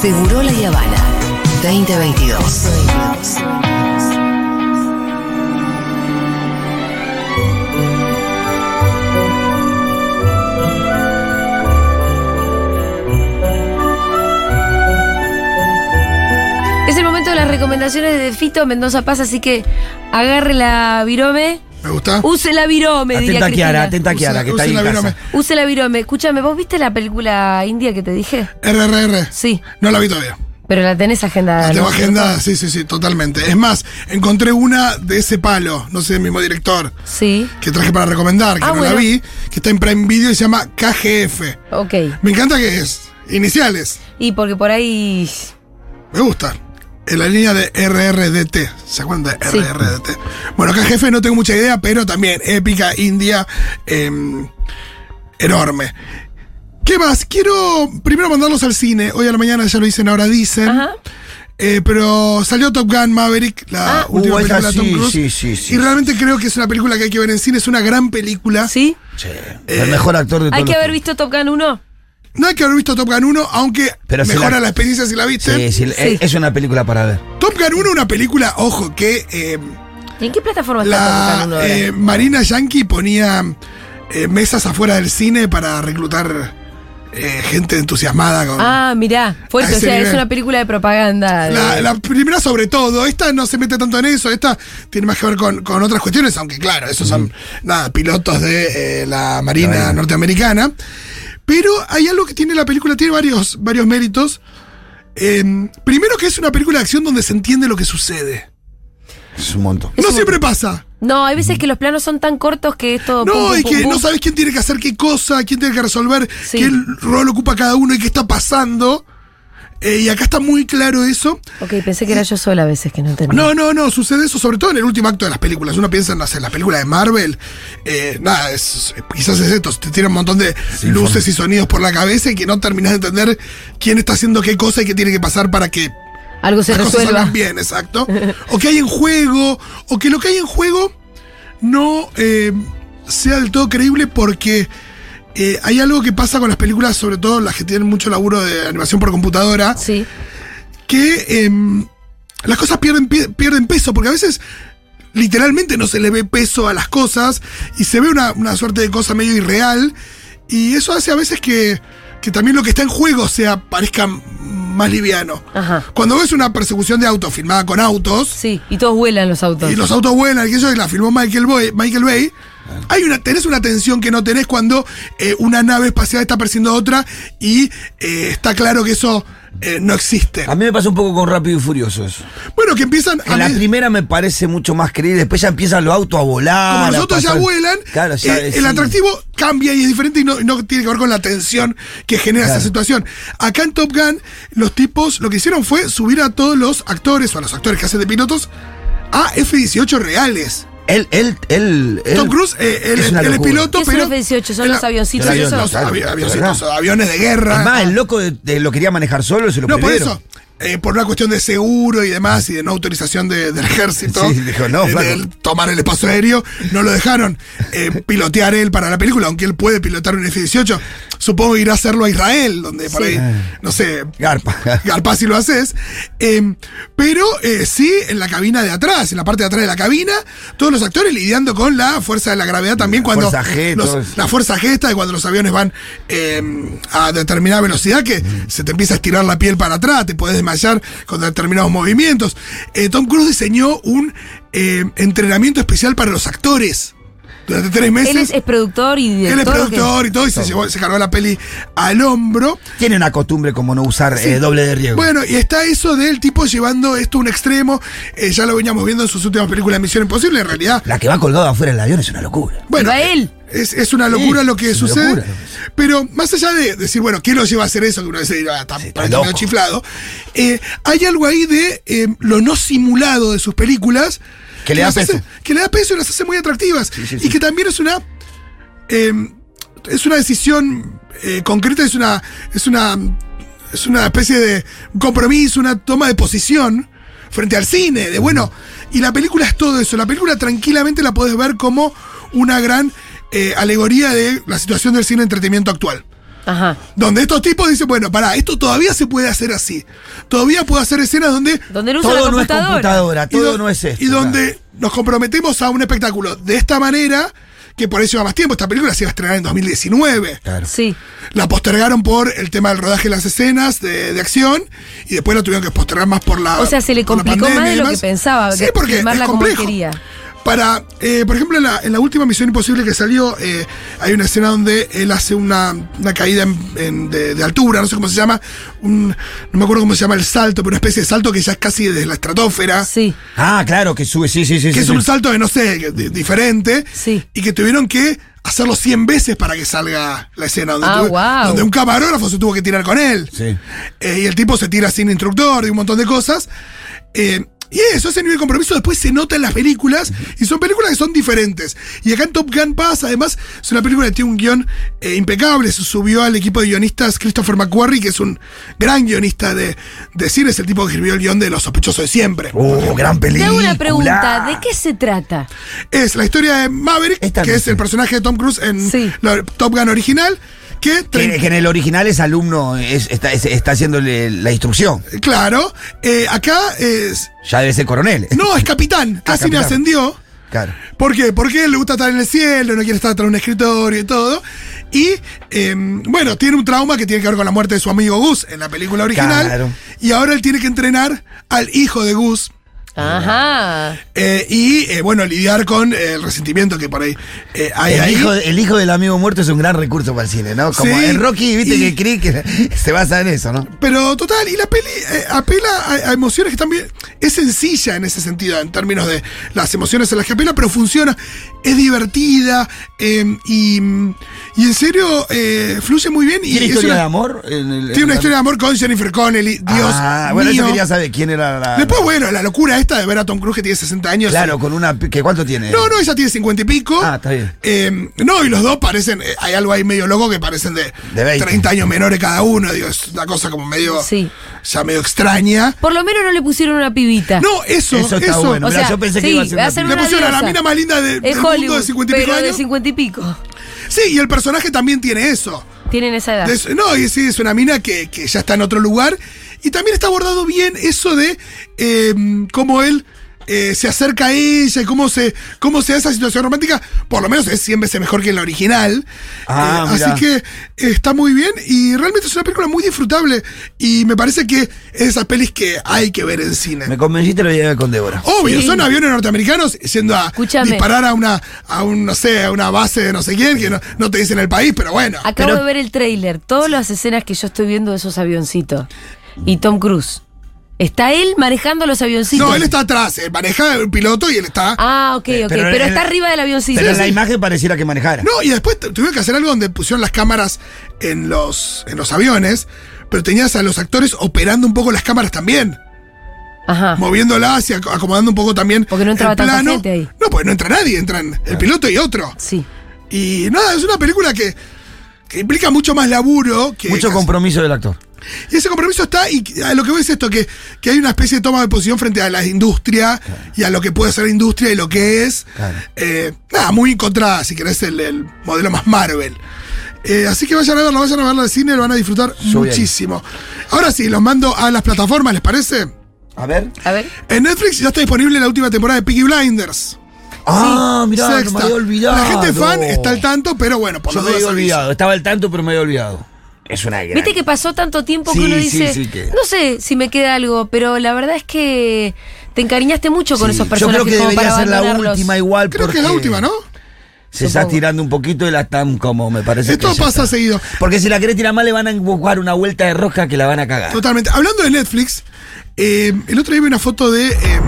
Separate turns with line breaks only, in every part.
Seguro La Habana 2022.
Es el momento de las recomendaciones de Fito Mendoza Paz, así que agarre la virome.
¿Me gusta?
Use la virome, diría
Atenta Kiara,
Cristina.
atenta Kiara, que está ahí
Usen
en
la
casa.
virome.
Use la virome. Escúchame, ¿vos viste la película india que te dije?
RRR.
Sí,
No la vi todavía.
pero la tenés agendada.
La tengo
Ah, ¿no?
agendada, sí, sí, sí, totalmente. Es más, encontré una de ese palo, no sé, del mismo director,
Sí,
que traje para recomendar, que
Ah,
no la
bueno.
vi, que está en Prime Video y se llama KGF.
ok.
Me encanta que es. Iniciales.
Y porque por ahí.
Me gusta. En la línea de RRDT. ¿Se acuerdan de
Sí.
RRDT? Bueno, acá jefe no tengo mucha idea, pero también épica, india, eh, enorme. ¿Qué más? Quiero primero mandarlos al cine. Hoy a la mañana ya lo dicen, ahora dicen.
Ajá.
Eh, pero salió Top Gun Maverick, la
Ah.
última
Uh, esa
película de Tom
sí,
Cruise.
sí, sí, sí,
y realmente creo que es una película que hay que ver en cine. Es una gran película.
Sí.
Che, el mejor actor de todos
Hay que
los-
haber visto Top Gun 1.
No hay que haber visto Top Gun 1, aunque
Pero si
mejora la...
la-
experiencia si la viste.
Sí, sí,
Sí.
es una película para ver.
Top Gun 1, una película, ojo, que... eh,
¿Y en qué plataforma está
La
Top Gun 1 ahora?
eh, Marina Yankee ponía eh, mesas afuera del cine para reclutar eh, gente entusiasmada con.
Ah, mirá, fue
a
eso, o
ese
sea, es
nivel.
una película de propaganda. de-
La, la primera sobre todo, esta no se mete tanto en eso, esta tiene más que ver con, con otras cuestiones, aunque claro, esos son nada, pilotos de eh, la Marina
Claro.
norteamericana. Pero hay algo que tiene la película, tiene varios, varios méritos. Eh, primero que es una película de acción donde se entiende lo que sucede.
Es un montón.
No siempre pasa.
No, hay veces que los planos son tan cortos que esto.
No, y que no sabes quién tiene que hacer qué cosa, quién tiene que resolver
Sí.
qué rol ocupa cada uno y qué está pasando. Eh, y acá está muy claro eso.
Ok, pensé que era yo sola a veces que no entendía.
No, no, no, sucede eso sobre todo en el último acto de las películas. Uno piensa en las, en las películas de Marvel, eh, nada, es- quizás es esto, te tiran un montón de luces y sonidos por la cabeza y que no terminas de entender quién está haciendo qué cosa y qué tiene que pasar para que
Algo se
las cosas
resuelva.
salgan bien, exacto. O que hay en juego, o que lo que hay en juego no eh, sea del todo creíble porque eh, hay algo que pasa con las películas, sobre todo las que tienen mucho laburo de animación por computadora,
Sí,
que em, las cosas pierden, pie- pierden peso, porque a veces literalmente no se le ve peso a las cosas y se ve una, una suerte de cosa medio irreal y eso hace a veces que, que también lo que está en juego sea parezca m- más liviano.
ajá.
Cuando ves una persecución de autos filmada con autos,
Sí, y todos vuelan los autos.
y los autos vuelan, y eso y la filmó Michael, Boy- Michael Bay, hay una, tenés una tensión que no tenés cuando eh, una nave espacial está persiguiendo a otra y eh, está claro que eso eh, no existe.
A mí me pasa un poco con Rápido y Furioso eso.
Bueno, que empiezan a
En la
me-
primera me parece mucho más creíble, después ya empiezan los autos a volar.
como
a
los autos ya
pasar-
vuelan,
Claro, ya
eh,
es-
el
sí.
atractivo cambia y es diferente y no, y no tiene que ver con la tensión que genera esa
Claro.
situación. Acá en Top Gun, los tipos lo que hicieron fue subir a todos los actores o a los actores que hacen de pilotos a F-18 reales.
Él, él, él. él-
Tom Cruise, eh, él,
es una
él es
locura.
piloto,
¿Qué son
pero.
los F-18? ¿Son
él-
los avioncitos
los
esos?
avioncitos, avi-
Claro,
avioncitos,
claro.
aviones de guerra.
Es más, el loco de- de- lo quería manejar solo y se lo
no, por
prohibieron.
eso. eh, por una cuestión de seguro y demás, y de no autorización de- del ejército.
Sí, dijo, no,
eh,
flaco.
de tomar el espacio aéreo, no lo dejaron eh, pilotear él para la película, aunque él puede pilotar un F-18. Supongo que irá a hacerlo a Israel, donde por
Sí.
ahí,
Ah.
no sé,
Garpa.
Garpa si lo haces. Eh, pero eh, sí, en la cabina de atrás, en la parte de atrás de la cabina, todos los actores lidiando con la fuerza de la gravedad también cuando.
fuerza G,
los-
todo eso.
la fuerza G esta de cuando los aviones van eh, a determinada velocidad que se te empieza a estirar la piel para atrás, te puedes desmayar con determinados movimientos. Eh, Tom Cruise diseñó un eh, entrenamiento especial para los actores. Durante tres meses.
Él es, es productor y director.
él es
¿o qué?
productor y todo, y se, llevó- se cargó la peli al hombro.
Tiene una costumbre como no usar eh, doble de riego.
Bueno, y está eso del tipo llevando esto a un extremo. eh, ya lo veníamos viendo en sus últimas películas de Misión Imposible, en realidad.
La que va colgada afuera del avión es una locura.
Bueno, eh,
Pero a él.
Es, es una locura
Sí,
lo que
es una
sucede.
locura lo que sucede.
Pero más allá de decir, bueno, ¿qué lo lleva a hacer eso? Que uno dice, ah, está,
Sí, está
prácticamente
loco.
chiflado. Eh, hay algo ahí de eh, lo no simulado de sus películas.
Que le da
las hace-
peso.
que le da peso y las hace muy atractivas.
sí,
Y
sí.
que también es una. eh, es una decisión eh, concreta, es una. Es una. Es una especie de compromiso, una toma de posición frente al cine, de bueno. Y la película es todo eso. La película tranquilamente la podés ver como una gran eh, alegoría de la situación del cine de entretenimiento actual.
Ajá.
Donde estos tipos dicen, bueno, pará, esto todavía se puede hacer así. Todavía puedo hacer escenas donde.
Donde no usa la
Todo no es
computadora.
computadora,
y
todo
do-
no es esto.
Y donde nos comprometemos a un espectáculo de esta manera, que por eso lleva más tiempo. Esta película se iba a estrenar en 2019.
Claro.
Sí.
La postergaron por el tema del rodaje de las escenas de, de acción y después la tuvieron que postergar más por la.
O sea, se le
por la
complicó
pandemia
más de
y
lo que
demás.
pensaba,
Sí,
que-
porque es
filmarla como
complejo.
quería.
Para, eh, por ejemplo, en la, en la última Misión Imposible que salió, eh, hay una escena donde él hace una, una caída en- en- de, de altura, no sé cómo se llama, un- no me acuerdo cómo se llama el salto, pero una especie de salto que ya es casi desde la estratosfera.
Sí.
Ah, claro, que sube, sí, sí, sí.
que
sí,
es
sí.
un salto de, no sé, que- de- diferente.
Sí.
Y que tuvieron que hacerlo 100 veces para que salga la escena. Donde,
Ah,
tuve-
guau.
donde un camarógrafo se tuvo que tirar con él.
Sí.
Eh, y el tipo se tira sin instructor y un montón de cosas. Eh, y eso, ese nivel de compromiso después se nota en las películas. Y son películas que son diferentes. Y acá en Top Gun pasa, además, es una película que tiene un guión eh, impecable. Se subió al equipo de guionistas Christopher McQuarrie, que es un gran guionista de, de cine. Es el tipo que escribió el guión de Los Sospechosos de Siempre.
Oh, gran
Te
película.
hago una pregunta, ¿de qué se trata?
es la historia de Maverick,
Esta
que
no
es
sé.
el personaje de Tom Cruise en
Sí.
la Top Gun original, que,
Que, que en el original es alumno, es- está, es- está haciéndole la instrucción.
claro, eh, acá es
Ya debe ser coronel.
no es capitán, casi me
Ah, capitán.
ascendió.
Claro.
¿Por qué? Porque él le gusta estar en el cielo, no quiere estar atrás de un escritorio y todo. Y eh, bueno, tiene un trauma que tiene que ver con la muerte de su amigo Gus en la película original.
Claro.
Y ahora él tiene que entrenar al hijo de Gus.
Ajá.
eh, y eh, bueno, lidiar con eh, el resentimiento que por ahí eh, hay
El
ahí.
hijo, el hijo del amigo muerto es un gran recurso para el cine, ¿no? Como
Sí,
en Rocky, viste
y-
que Creed que se basa en eso, ¿no?
Pero total, y la peli eh, apela a, a emociones que también es sencilla en ese sentido, en términos de las emociones en las que apela, pero funciona, es divertida eh, y, y en serio eh, fluye muy bien. Y
¿Tiene
es
historia
una-
de amor? En el-
tiene una
en-
historia de amor con Jennifer Connelly, Dios
Ah, bueno,
mío.
yo quería saber quién era la.
Después, bueno, la locura esta de ver a Tom Cruise que tiene 60 años. eh,
Claro, con una. pi- ¿que ¿Cuánto tiene?
No, no, ella tiene 50 y pico.
Ah, está bien.
Eh, no, y los dos parecen, eh, hay algo ahí medio loco que parecen de,
De 20.
30 años menores cada uno, digo, es una cosa como medio,
Sí.
ya medio extraña.
Por lo menos no le pusieron una pibita.
No, eso, eso.
Eso está bueno.
o
mirá,
sea,
yo pensé que
sí,
iba a ser
va a
una
ser
Le
una
pusieron a la
diosa.
mina más linda de,
Es
del mundo
Hollywood,
de 50 y pico
pero de
años.
50 y pico.
Sí, y el personaje también tiene eso.
Tienen esa edad.
Es- no, y sí, es una mina que, que ya está en otro lugar. Y también está abordado bien eso de eh, cómo él eh, se acerca a ella y cómo se, cómo se da esa situación romántica. Por lo menos es 100 veces mejor que en la original.
Ah,
Eh,
mirá.
así que eh, está muy bien y realmente es una película muy disfrutable. Y me parece que es de esas pelis que hay que ver en cine.
Me convenciste, lo llevé con Débora.
Obvio,
Sí.
son aviones norteamericanos yendo a
Escúchame.
disparar a una, a un, no sé, a una base de no sé quién, que no, no te dicen el país, pero bueno.
Acabo
pero-
de ver el tráiler, todas las escenas que yo estoy viendo de esos avioncitos. Y Tom Cruise. Está él manejando los avioncitos.
no, él está atrás, él maneja el piloto y él está.
Ah, ok, ok. Pero,
Pero en
está
la-
arriba del avioncito.
Pero en la
Sí.
imagen pareciera que manejara.
No, y después tu- tuvieron que hacer algo donde pusieron las cámaras en los, en los aviones, pero tenías a los actores operando un poco las cámaras también.
Ajá.
Moviéndolas y ac- acomodando un poco también.
Porque no entraba
el
tanta
plano.
gente ahí.
No, pues no entra nadie, entran el piloto y otro.
Sí.
Y nada, es una película que, que implica mucho más laburo que.
Mucho
que-
compromiso del actor.
Y ese compromiso está, y a lo que voy es esto, que, que hay una especie de toma de posición frente a la industria y a lo que puede ser la industria y lo que es.
Claro.
Eh, nada, muy encontrada, si querés, el, el modelo más Marvel. Eh, así que vayan a verlo, vayan a verlo al cine, lo van a disfrutar
Yo voy ahí.
muchísimo. Ahora sí, los mando a las plataformas, ¿les parece?
A ver.
A ver.
En Netflix ya está disponible la última temporada de Peaky Blinders.
Ah, mirá, no
Sexta.
me había olvidado.
La gente fan está al tanto, pero bueno, por
Yo
los
me había
dos.
olvidado. Estaba al tanto, pero me había olvidado. Es una gran.
Viste que pasó tanto tiempo
Sí,
que uno
sí,
dice.
sí, que-
No sé si me queda algo, pero la verdad es que te encariñaste mucho con
Sí,
esos
Yo
personajes.
creo que
como
debería
para
ser la
abandonarlos.
última igual.
Creo que
porque
es la última, ¿no?
Se está
Supongo.
tirando un poquito y la están como, me parece.
Esto
que ya
pasa
está.
seguido.
Porque si la querés tirar mal, le van a buscar una vuelta de rosca que la van a cagar.
Totalmente. Hablando de Netflix, eh, el otro día vi una foto de eh,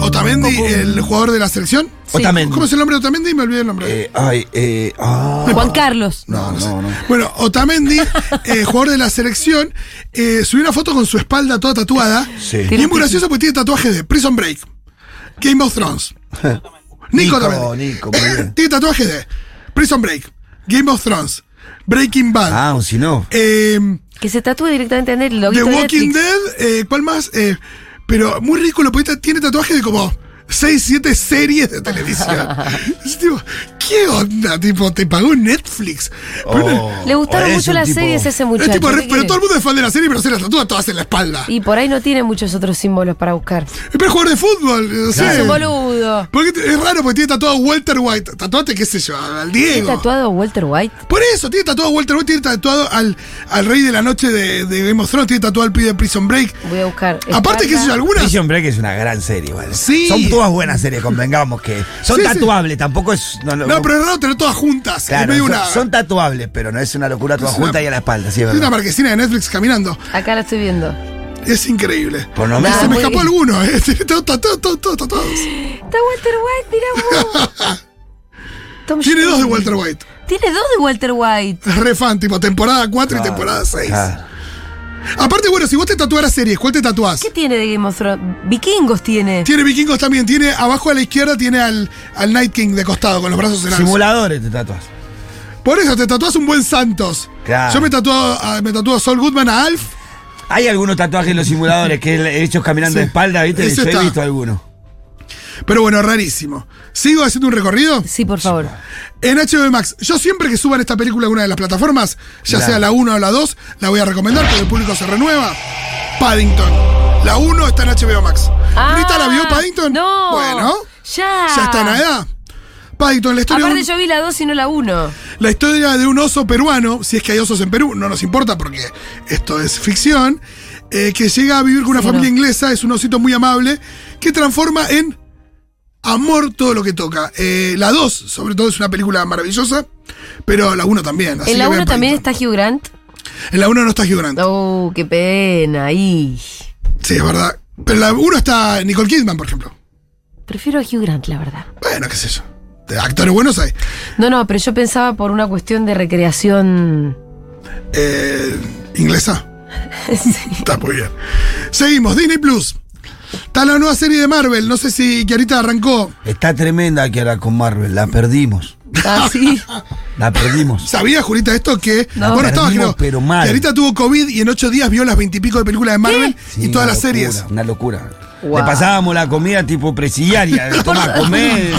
Otamendi, el jugador de la selección.
Sí.
Otamendi.
¿Cómo es el nombre de Otamendi? Me olvidé el nombre.
Eh, ay, eh, ah.
Juan Carlos.
No, no, no.
Bueno, Otamendi, eh, jugador de la selección, eh, subió una foto con su espalda toda tatuada.
Sí.
Y es muy gracioso porque tiene tatuajes de Prison Break, Game of Thrones. Nico,
Nico,
Otamendi.
Nico, muy bien.
tiene tatuajes de Prison Break, Game of Thrones, Breaking Bad.
Ah, o si no.
eh,
Que se tatúe directamente en el
The
loguito de
Walking
Netflix.
Dead, eh, ¿cuál más? Eh, pero muy ridículo, porque ta- tiene tatuajes de como 6, 7 series de televisión. Es tipo, ¿qué onda? Tipo, te pagó Netflix. Pero-
Oh,
Le gustaron
es
mucho
un
las
tipo-
series a ese
es
muchacho.
tipo,
¿qué
re- pero
querés?
todo el mundo es fan de la serie, pero se las tatúa todas en la espalda.
Y por ahí no tiene muchos otros símbolos para buscar.
Es para jugar de fútbol, no sé.
Es un boludo.
Porque te- es raro porque tiene tatuado Walter White. Tatuate, qué sé yo, al
¿Tiene
Diego.
tatuado Walter White?
Por eso, tiene tatuado a Walter White, tiene tatuado al, al rey de la noche de, de Game of Thrones, tiene tatuado al pibe de Prison Break.
Voy a buscar.
Aparte, qué sé yo,
espalda.
algunas.
Prison Break es una gran serie, igual.
Sí.
Son todas buenas series, convengamos que. Son
Sí, sí.
tatuables, tampoco es.
No, pero es raro tener todas juntas.
Claro,
es medio
son,
una,
son tatuables, pero no es una locura todas
Es una-
juntas y a la espalda, sí, es
es una
verdad.
marquesina de Netflix caminando.
Acá la estoy viendo.
Es increíble.
Por lo menos.
Y se me
muy-
escapó alguno, ¿eh? Tiene todo tatuado, todo, todo tatuado.
Está Walter White, mirá vos. Tom
Tiene
Shelby.
dos de Walter White.
Tiene dos de Walter White.
Es re fan, tipo temporada 4 y temporada 6.
Claro.
Aparte, bueno, si vos te tatuaras series, ¿cuál te tatuás?
¿Qué tiene de Game of Thrones? Vikingos tiene.
Tiene vikingos también, tiene abajo a la izquierda, tiene al, al Night King de costado con los brazos en alza.
Simuladores te tatuas.
Por eso te tatuás un buen Santos.
Claro.
Yo me tatuó, a- me tatuó a Sol Goodman a Alf.
Hay algunos tatuajes en los simuladores que he hecho caminando
Sí.
de espalda, ¿viste?
Eso
Yo
está.
he visto algunos.
Pero bueno, rarísimo. ¿Sigo haciendo un recorrido?
Sí, por favor.
En HBO Max, yo siempre que suban esta película a alguna de las plataformas, ya
Claro.
sea la 1 o la 2, la voy a recomendar porque el público se renueva. Paddington. La 1 está en HBO Max. ¿Rita la vio
Ah,
Paddington?
No.
Bueno,
Ya.
ya está en la edad. Paddington, la historia, de
Aparte
un-
yo vi la dos y no la uno.
la historia de un oso peruano, si es que hay osos en Perú, no nos importa porque esto es ficción, eh, que llega a vivir con una
Sí,
familia
no.
inglesa, es un osito muy amable, que transforma en amor todo lo que toca. Eh, la 2, sobre todo, es una película maravillosa, pero la 1 también. así
En la
que vean
uno también
Paddington.
está Hugh Grant.
En la 1 no está Hugh Grant.
Oh, qué pena. Ahí.
Sí, es verdad. Pero en la 1 está Nicole Kidman, por ejemplo.
Prefiero a Hugh Grant, la verdad.
Bueno, qué sé yo. De actores buenos hay.
No, no, pero yo pensaba por una cuestión de recreación.
Eh, inglesa.
Sí.
Está muy bien. Seguimos, Disney Plus. Está la nueva serie de Marvel, no sé si que ahorita arrancó.
Está tremenda que ahora con Marvel, la perdimos.
Ah, sí.
La perdimos.
¿Sabía, Julita, esto que.
No.
bueno, estaba,
Perdimos,
creo.
pero mal.
que ahorita tuvo COVID y en ocho días vio las veintipico de películas de Marvel
Sí,
y todas
una
las
locura,
series.
Una locura.
Wow.
Le pasábamos la comida tipo presidiaria. Toma, comé.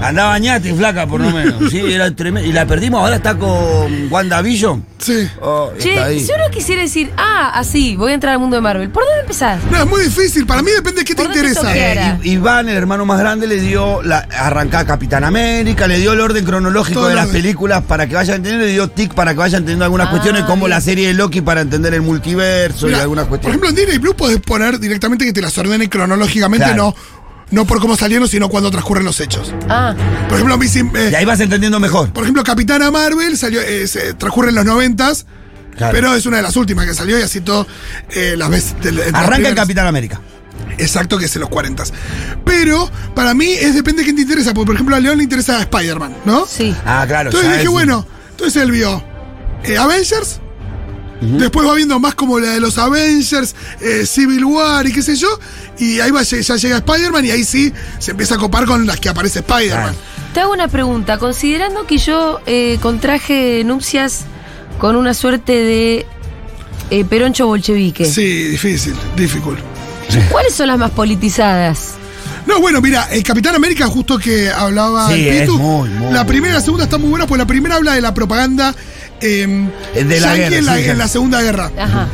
Andá bañate, flaca, por lo menos. Sí, era tremendo. Y la perdimos, ahora está con WandaVision.
Sí.
Oh, está
Che,
ahí.
si uno quisiera decir, ah, así, voy a entrar al mundo de Marvel, ¿por dónde empezás?
No, es muy difícil. Para mí depende de qué te
¿Por dónde te
interesa.
toquea?
Eh, I- Iván, el hermano más grande, le dio la arrancada Capitán América, le dio el orden cronológico
Todo
de
el
las
orden.
películas para que vayan entendiendo, le dio tic para que vayan entendiendo algunas
Ah,
cuestiones, como
bien.
la serie de Loki para entender el multiverso
Mira,
y algunas
por
cuestiones.
ejemplo, en Disney Plus puedes poner directamente que te las ordene cronológicamente,
Claro.
no, no por cómo salieron, sino cuando transcurren los hechos.
Ah,
Por ejemplo, a mí sí, eh,
y ahí vas entendiendo mejor.
por ejemplo, Capitana Marvel salió, eh, se transcurre en los noventas,
Claro.
pero es una de las últimas que salió y así todo eh, las ves. del- entre las
Arranca el
primeras.
Capitán América.
Exacto, que es en los 40. Pero para mí es depende de quién te interesa. Porque, por ejemplo, a León le interesa Spider-Man, ¿no?
sí.
Ah, claro.
Entonces
ya
dije,
es-
bueno, entonces él vio eh, Avengers. Después va viendo más como la de los Avengers, eh, Civil War y qué sé yo. Y ahí va, lle- ya llega Spider-Man y ahí sí se empieza a copar con las que aparece Spider-Man.
Te hago una pregunta, considerando que yo eh, contraje nupcias con una suerte de eh, peroncho bolchevique,
Sí, difícil, difícil.
¿cuáles son las más politizadas?
No, bueno, mira, el Capitán América, justo que hablaba
Sí,
el
es
Pitu,
muy, muy,
la primera y la
muy.
segunda están muy buenas, pues la primera habla de la propaganda eh,
Es de la
yankee
guerra,
en, la,
sí, sí.
en la Segunda Guerra.
Ajá.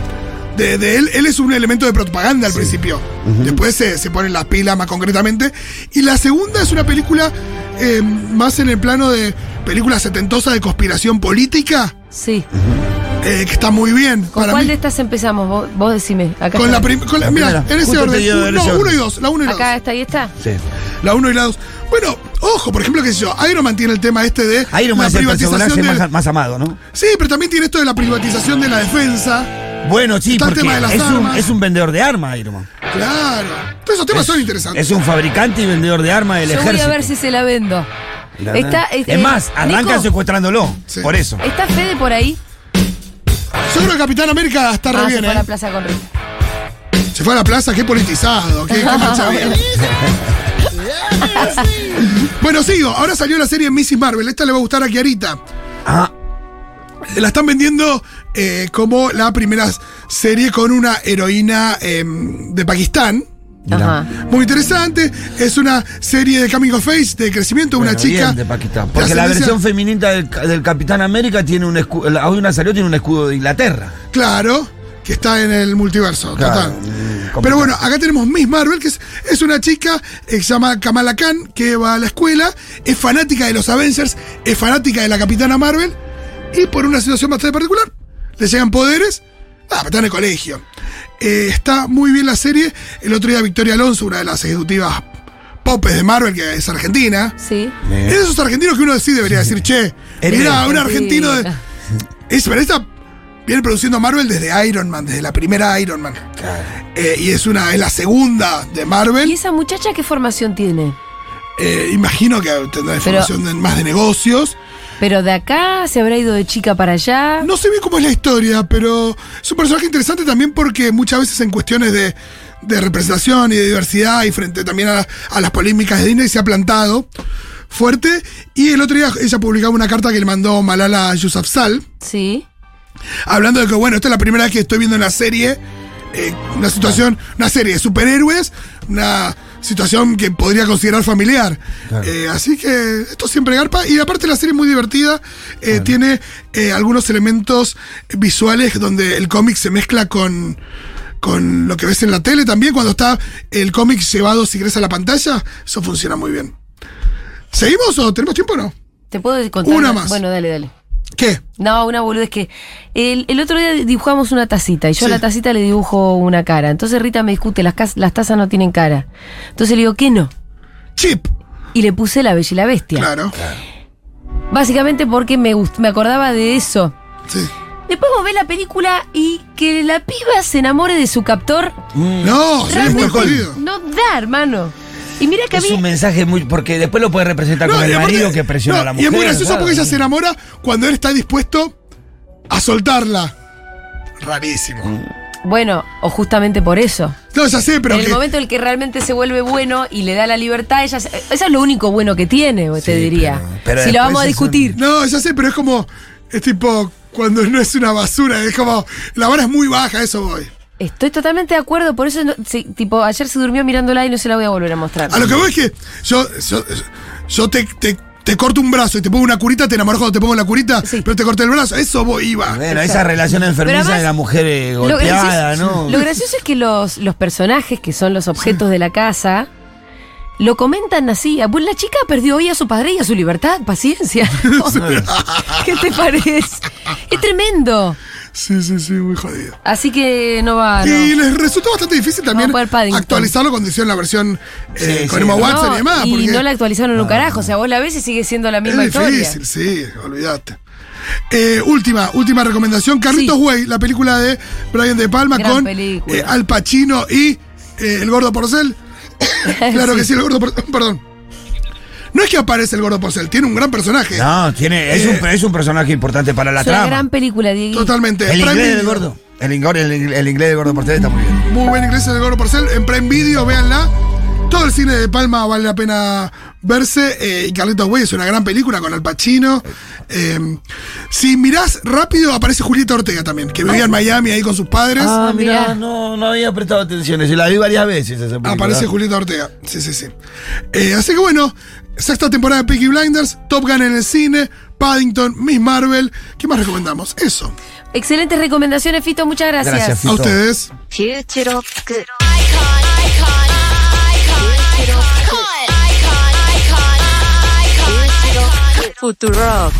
de, de él, él es un elemento de propaganda al principio. Después se, se ponen las pilas más concretamente. Y la segunda es una película eh, más en el plano de película setentosa de conspiración política,
Sí.
eh, que está muy bien.
¿Con
para
cuál
mí.
de estas empezamos? Vos, vos decime. Acá
Con
está.
la, prim- con la-
La
Mira,
primera.
en ese
Justo te iba a
orden.
dar
No,
ese
uno y
orden.
dos. La uno y la
Acá
dos.
está, ahí está.
Sí.
La uno y la dos. Bueno, ojo, por ejemplo, que yo, Iron Man tiene el tema este de
Iron Man
la
es el
privatización
personaje
de-
más, más amado, ¿no?
Sí, pero también tiene esto de la privatización de la defensa.
Bueno, sí,
Está el
porque
tema de las
es un,
armas.
es un vendedor de armas, Iron Man.
Claro. Todos esos temas
Es-
son interesantes.
Es un fabricante y vendedor de armas del
Yo voy
ejército.
a ver si se la vendo.
La
Está,
verdad.
eh, eh,
es más, arranca
Nico, Eh,
secuestrándolo.
Sí.
Por eso.
¿Está Fede por ahí?
Yo creo que Capitán América está re
Ah, se
bien,
fue a
¿eh?
la plaza con Rita.
Se fue a la plaza, qué politizado, qué, qué mancha bien. bueno, sigo. Ahora salió la serie Mrs. Marvel. Esta le va a gustar a Kiarita.
Ah,
La están vendiendo eh, como la primera serie con una heroína em, de Pakistán.
Ajá.
Muy interesante. Es una serie de Coming of Face, de crecimiento de una
Bueno,
chica.
bien de Paquita,
de
porque la
ascendencia-
versión feminista del, del Capitán América tiene un escudo. Hoy una salió, tiene un escudo de Inglaterra.
Claro, que está en el multiverso.
Claro,
total.
mm, complicado.
Pero bueno, acá tenemos Miss Marvel, que es, es una chica eh, que se llama Kamala Khan, que va a la escuela, es fanática de los Avengers, es fanática de la Capitana Marvel, y por una situación bastante particular, le llegan poderes, ah, pero está en el colegio. Eh, está muy bien la serie. El otro día Victoria Alonso, una de las ejecutivas popes de Marvel, que es argentina,
Sí.
es de esos argentinos que uno sí debería decir, che,
Héroe.
mira, un
Sí.
argentino de... Es, pero esta viene produciendo Marvel desde Iron Man, desde la primera Iron Man. Eh, y es una, es la segunda de
¿Y
Marvel.
esa muchacha qué formación tiene?
Eh, imagino que tendrá información de- más de negocios.
¿Pero de acá se habrá ido de chica para allá?
No sé bien cómo es la historia, pero es un personaje interesante también porque muchas veces en cuestiones de, de representación y de diversidad y frente también a, a las polémicas de Disney se ha plantado fuerte. Y el otro día ella publicaba una carta que le mandó Malala Yousafzai,
Sí.
hablando de que, bueno, esta es la primera vez que estoy viendo una serie, eh, una situación, una serie de superhéroes, una situación que podría considerar familiar.
Claro.
Eh, así que esto siempre garpa. Y aparte la serie es muy divertida, eh, tiene eh, algunos elementos visuales donde el cómic se mezcla con... Con lo que ves en la tele también, cuando está el cómic llevado, si crees a la pantalla, eso funciona muy bien. ¿Seguimos o tenemos tiempo o no?
¿Te puedo contar?
Una más.
Bueno, dale, dale.
¿Qué?
No, una boludez que. El, el otro día dibujamos una tacita y yo a
Sí.
la tacita le dibujo una cara. Entonces Rita me discute, las, cas- las tazas no tienen cara. Entonces le digo, ¿qué no?
Chip.
Y le puse la bella y la bestia.
Claro.
Básicamente porque me, gust- me acordaba de eso.
Sí.
Después vos ves la película y que la piba se enamore de su captor.
No, sí, es muy
Realmente-
jodido.
No da, hermano. Y mira que a
Es un
mí.
mensaje muy. Porque después lo puede representar
No,
con
y
el
aparte-
marido que presiona
no,
a la mujer.
Y es muy gracioso
claro.
porque ella se enamora cuando él está dispuesto a soltarla.
Mm.
Rarísimo.
Bueno, o justamente por eso.
No, ya sé, pero
en el
que-
momento en el que realmente se vuelve bueno y le da la libertad, ella se- eso es lo único bueno que tiene, te diría.
pero- pero
si lo vamos a
después es un-
discutir.
No, ya sé, pero es como. Es tipo. Cuando no es una basura, es como. La vara es muy baja, eso voy.
Estoy totalmente de acuerdo, por eso, no- sí, tipo, ayer se durmió mirándola y no se la voy a volver a mostrar.
A lo que voy es que. Yo. Yo, yo te, te, te corto un brazo y te pongo una curita, te enamoras cuando te pongo la curita,
Sí.
pero te corté el brazo. Eso voy, iba.
Bueno,
Exacto.
esa relación enfermiza
Pero además,
de la mujer eh,
Lo
golpeada,
gracioso-
¿no?
Lo gracioso es que los, los personajes, que son los objetos de la casa, lo comentan así. "Ah, Pues la chica perdió hoy a su padre y a su libertad, paciencia. ¿Qué te parece? Es tremendo.
Sí, sí, sí, muy jodido.
Así que no va. no.
Y les resultó bastante difícil también
Vamos a ver Paddington.
actualizarlo cuando hicieron la versión eh,
Sí,
con
sí,
Emma
no.
Watson
No,
y demás.
y
porque Ah.
no la actualizaron un carajo. O sea, vos la ves y sigue siendo la misma
es
historia.
difícil, sí, olvídate. Eh, última, última recomendación. Carlitos
Sí.
Way, la película de Brian De Palma
Gran
con
película.
eh, Al Pacino y eh, el gordo porcel. claro que sí, el gordo porcel. Perdón. No es que aparece el gordo porcel, tiene un gran personaje.
No, tiene, es, un, es un personaje importante para la
Es una
trama.
gran película, Diego.
Totalmente.
El
Prime
inglés del
Video.
gordo. El, ingor- el, ing- el inglés del gordo portugués está muy bien.
Muy buen inglés el Gordo Porcel. En Prime Video, véanla. Todo el cine de Palma vale la pena verse. eh, y Carlitos Way es una gran película con Al Pacino. Eh, si mirás rápido, aparece Julieta Ortega también, que vivía en Miami ahí con sus padres.
Ah, mirá.
mirá, no, no había prestado atención. Se la vi varias veces esa película.
Aparece Julieta Ortega. Sí, sí, sí. Eh, así que bueno, sexta temporada de Peaky Blinders, Top Gun en el cine, Paddington, Miss Marvel. ¿Qué más recomendamos? Eso.
Excelentes recomendaciones, Fito. Muchas
Gracias, Fito.
A ustedes.
Future of Good.
icon, icon, icon, icon.
Futurock.